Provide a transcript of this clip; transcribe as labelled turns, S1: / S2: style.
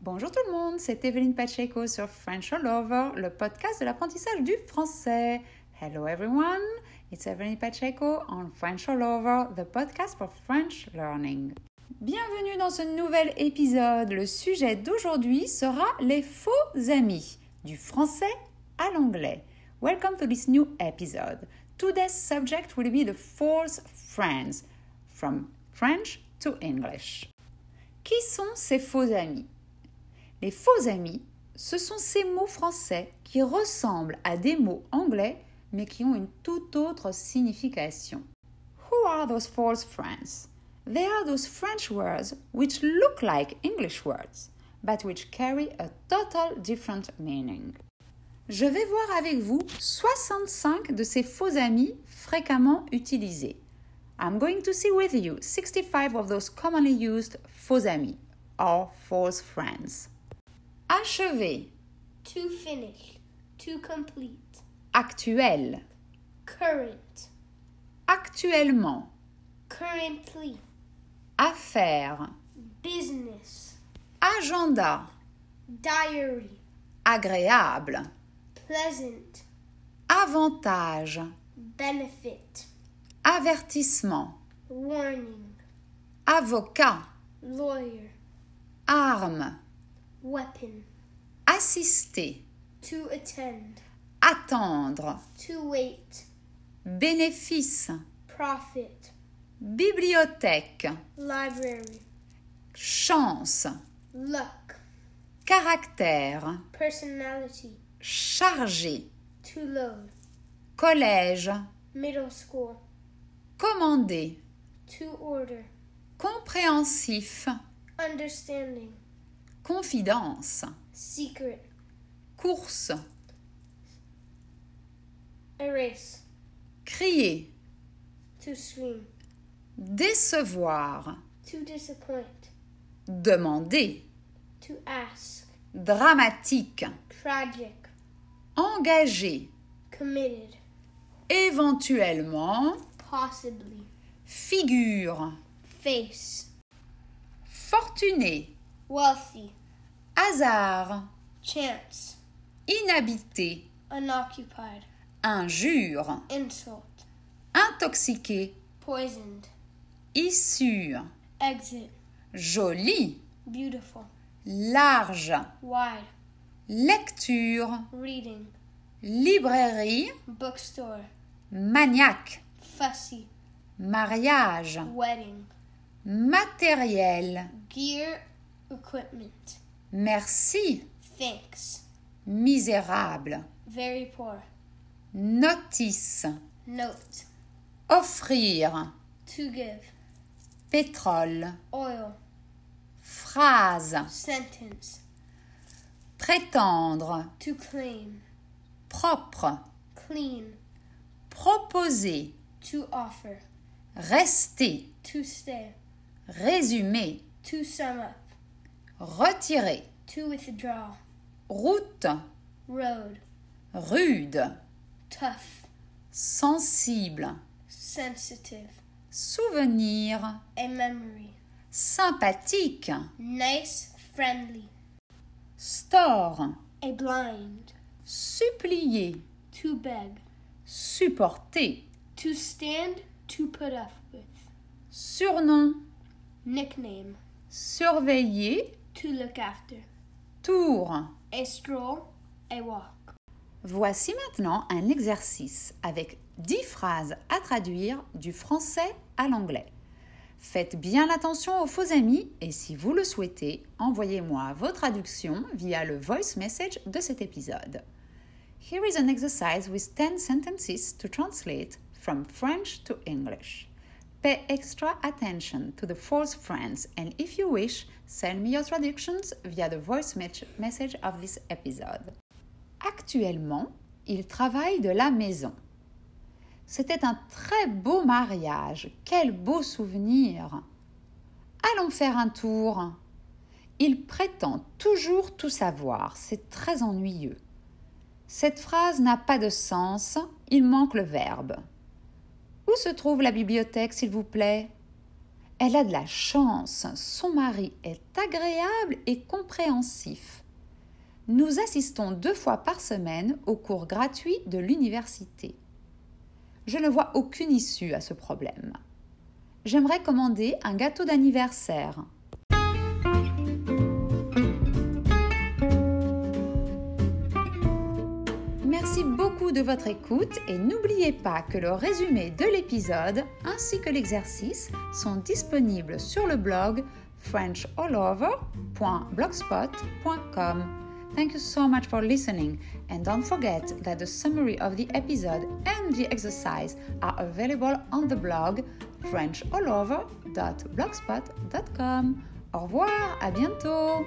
S1: Bonjour tout le monde, c'est Evelyne Pacheco sur French All Over, le podcast de l'apprentissage du français. Hello everyone, it's Evelyne Pacheco on French All Over, the podcast for French learning. Bienvenue dans ce nouvel épisode. Le sujet d'aujourd'hui sera les faux amis, du français à l'anglais. Welcome to this new episode. Today's subject will be the false friends, from French to English. Qui sont ces faux amis les faux amis, ce sont ces mots français qui ressemblent à des mots anglais mais qui ont une toute autre signification. Who are those false friends? They are those French words which look like English words but which carry a total different meaning. Je vais voir avec vous 65 de ces faux amis fréquemment utilisés. I'm going to see with you 65 of those commonly used faux amis or false friends. Achevé,
S2: to finish, to complete,
S1: actuel,
S2: current,
S1: actuellement,
S2: currently,
S1: affaire,
S2: business,
S1: agenda,
S2: diary,
S1: agréable,
S2: pleasant,
S1: avantage,
S2: benefit,
S1: avertissement,
S2: warning,
S1: avocat,
S2: lawyer,
S1: arme,
S2: weapon,
S1: assister,
S2: to attend,
S1: attendre,
S2: to wait,
S1: bénéfice,
S2: profit,
S1: bibliothèque,
S2: library,
S1: chance,
S2: luck,
S1: caractère,
S2: personality,
S1: chargé,
S2: to load,
S1: collège,
S2: middle school,
S1: commandé,
S2: to order,
S1: compréhensif,
S2: understanding,
S1: confidence.
S2: secret,
S1: course,
S2: erase,
S1: crier,
S2: to scream,
S1: décevoir,
S2: to disappoint.
S1: demander,
S2: to ask,
S1: dramatique,
S2: tragic,
S1: engagé,
S2: committed,
S1: éventuellement,
S2: possibly,
S1: figure,
S2: face,
S1: fortuné,
S2: wealthy,
S1: hasard,
S2: chance,
S1: inhabité,
S2: unoccupied,
S1: injure,
S2: insult,
S1: intoxiqué,
S2: poisoned,
S1: issue,
S2: exit,
S1: joli,
S2: beautiful,
S1: large,
S2: wide,
S1: lecture,
S2: reading,
S1: librairie,
S2: bookstore,
S1: maniaque,
S2: fussy,
S1: mariage,
S2: wedding,
S1: matériel,
S2: gear, equipment,
S1: merci,
S2: thanks,
S1: misérable,
S2: very poor,
S1: notice,
S2: note,
S1: offrir,
S2: to give,
S1: pétrole,
S2: oil,
S1: phrase,
S2: sentence,
S1: prétendre,
S2: to claim,
S1: propre,
S2: clean,
S1: proposer,
S2: to offer.
S1: rester,
S2: to stay,
S1: résumer,
S2: to sum up,
S1: retirer,
S2: to withdraw,
S1: route,
S2: road,
S1: rude,
S2: tough,
S1: sensible,
S2: sensitive,
S1: souvenir,
S2: a memory,
S1: sympathique,
S2: nice, friendly,
S1: store,
S2: a blind,
S1: supplier,
S2: to beg,
S1: supporter,
S2: to stand, to put up with,
S1: surnom,
S2: nickname,
S1: surveiller,
S2: to look after,
S1: tour.
S2: a stroll, a walk,
S1: Voici maintenant un exercice avec 10 phrases à traduire du français à l'anglais. Faites bien attention aux faux amis et si vous le souhaitez, envoyez-moi vos traductions via le voice message de cet épisode. Here is an exercise with 10 sentences to translate from French to English. Pay extra attention to the false friends and if you wish, send me your traductions via the voice message- message of this episode. Actuellement, il travaille de la maison. C'était un très beau mariage, quel beau souvenir. Allons faire un tour. Il prétend toujours tout savoir, c'est très ennuyeux. Cette phrase n'a pas de sens, il manque le verbe. Où se trouve la bibliothèque, s'il vous plaît Elle a de la chance. Son mari est agréable et compréhensif. Nous assistons deux fois par semaine aux cours gratuits de l'université. Je ne vois aucune issue à ce problème. J'aimerais commander un gâteau d'anniversaire. Merci beaucoup de votre écoute et n'oubliez pas que le résumé de l'épisode ainsi que l'exercice sont disponibles sur le blog frenchallover.blogspot.com. Thank you so much for listening and don't forget that the summary of the episode and the exercise are available on the blog frenchallover.blogspot.com. Au revoir, à bientôt.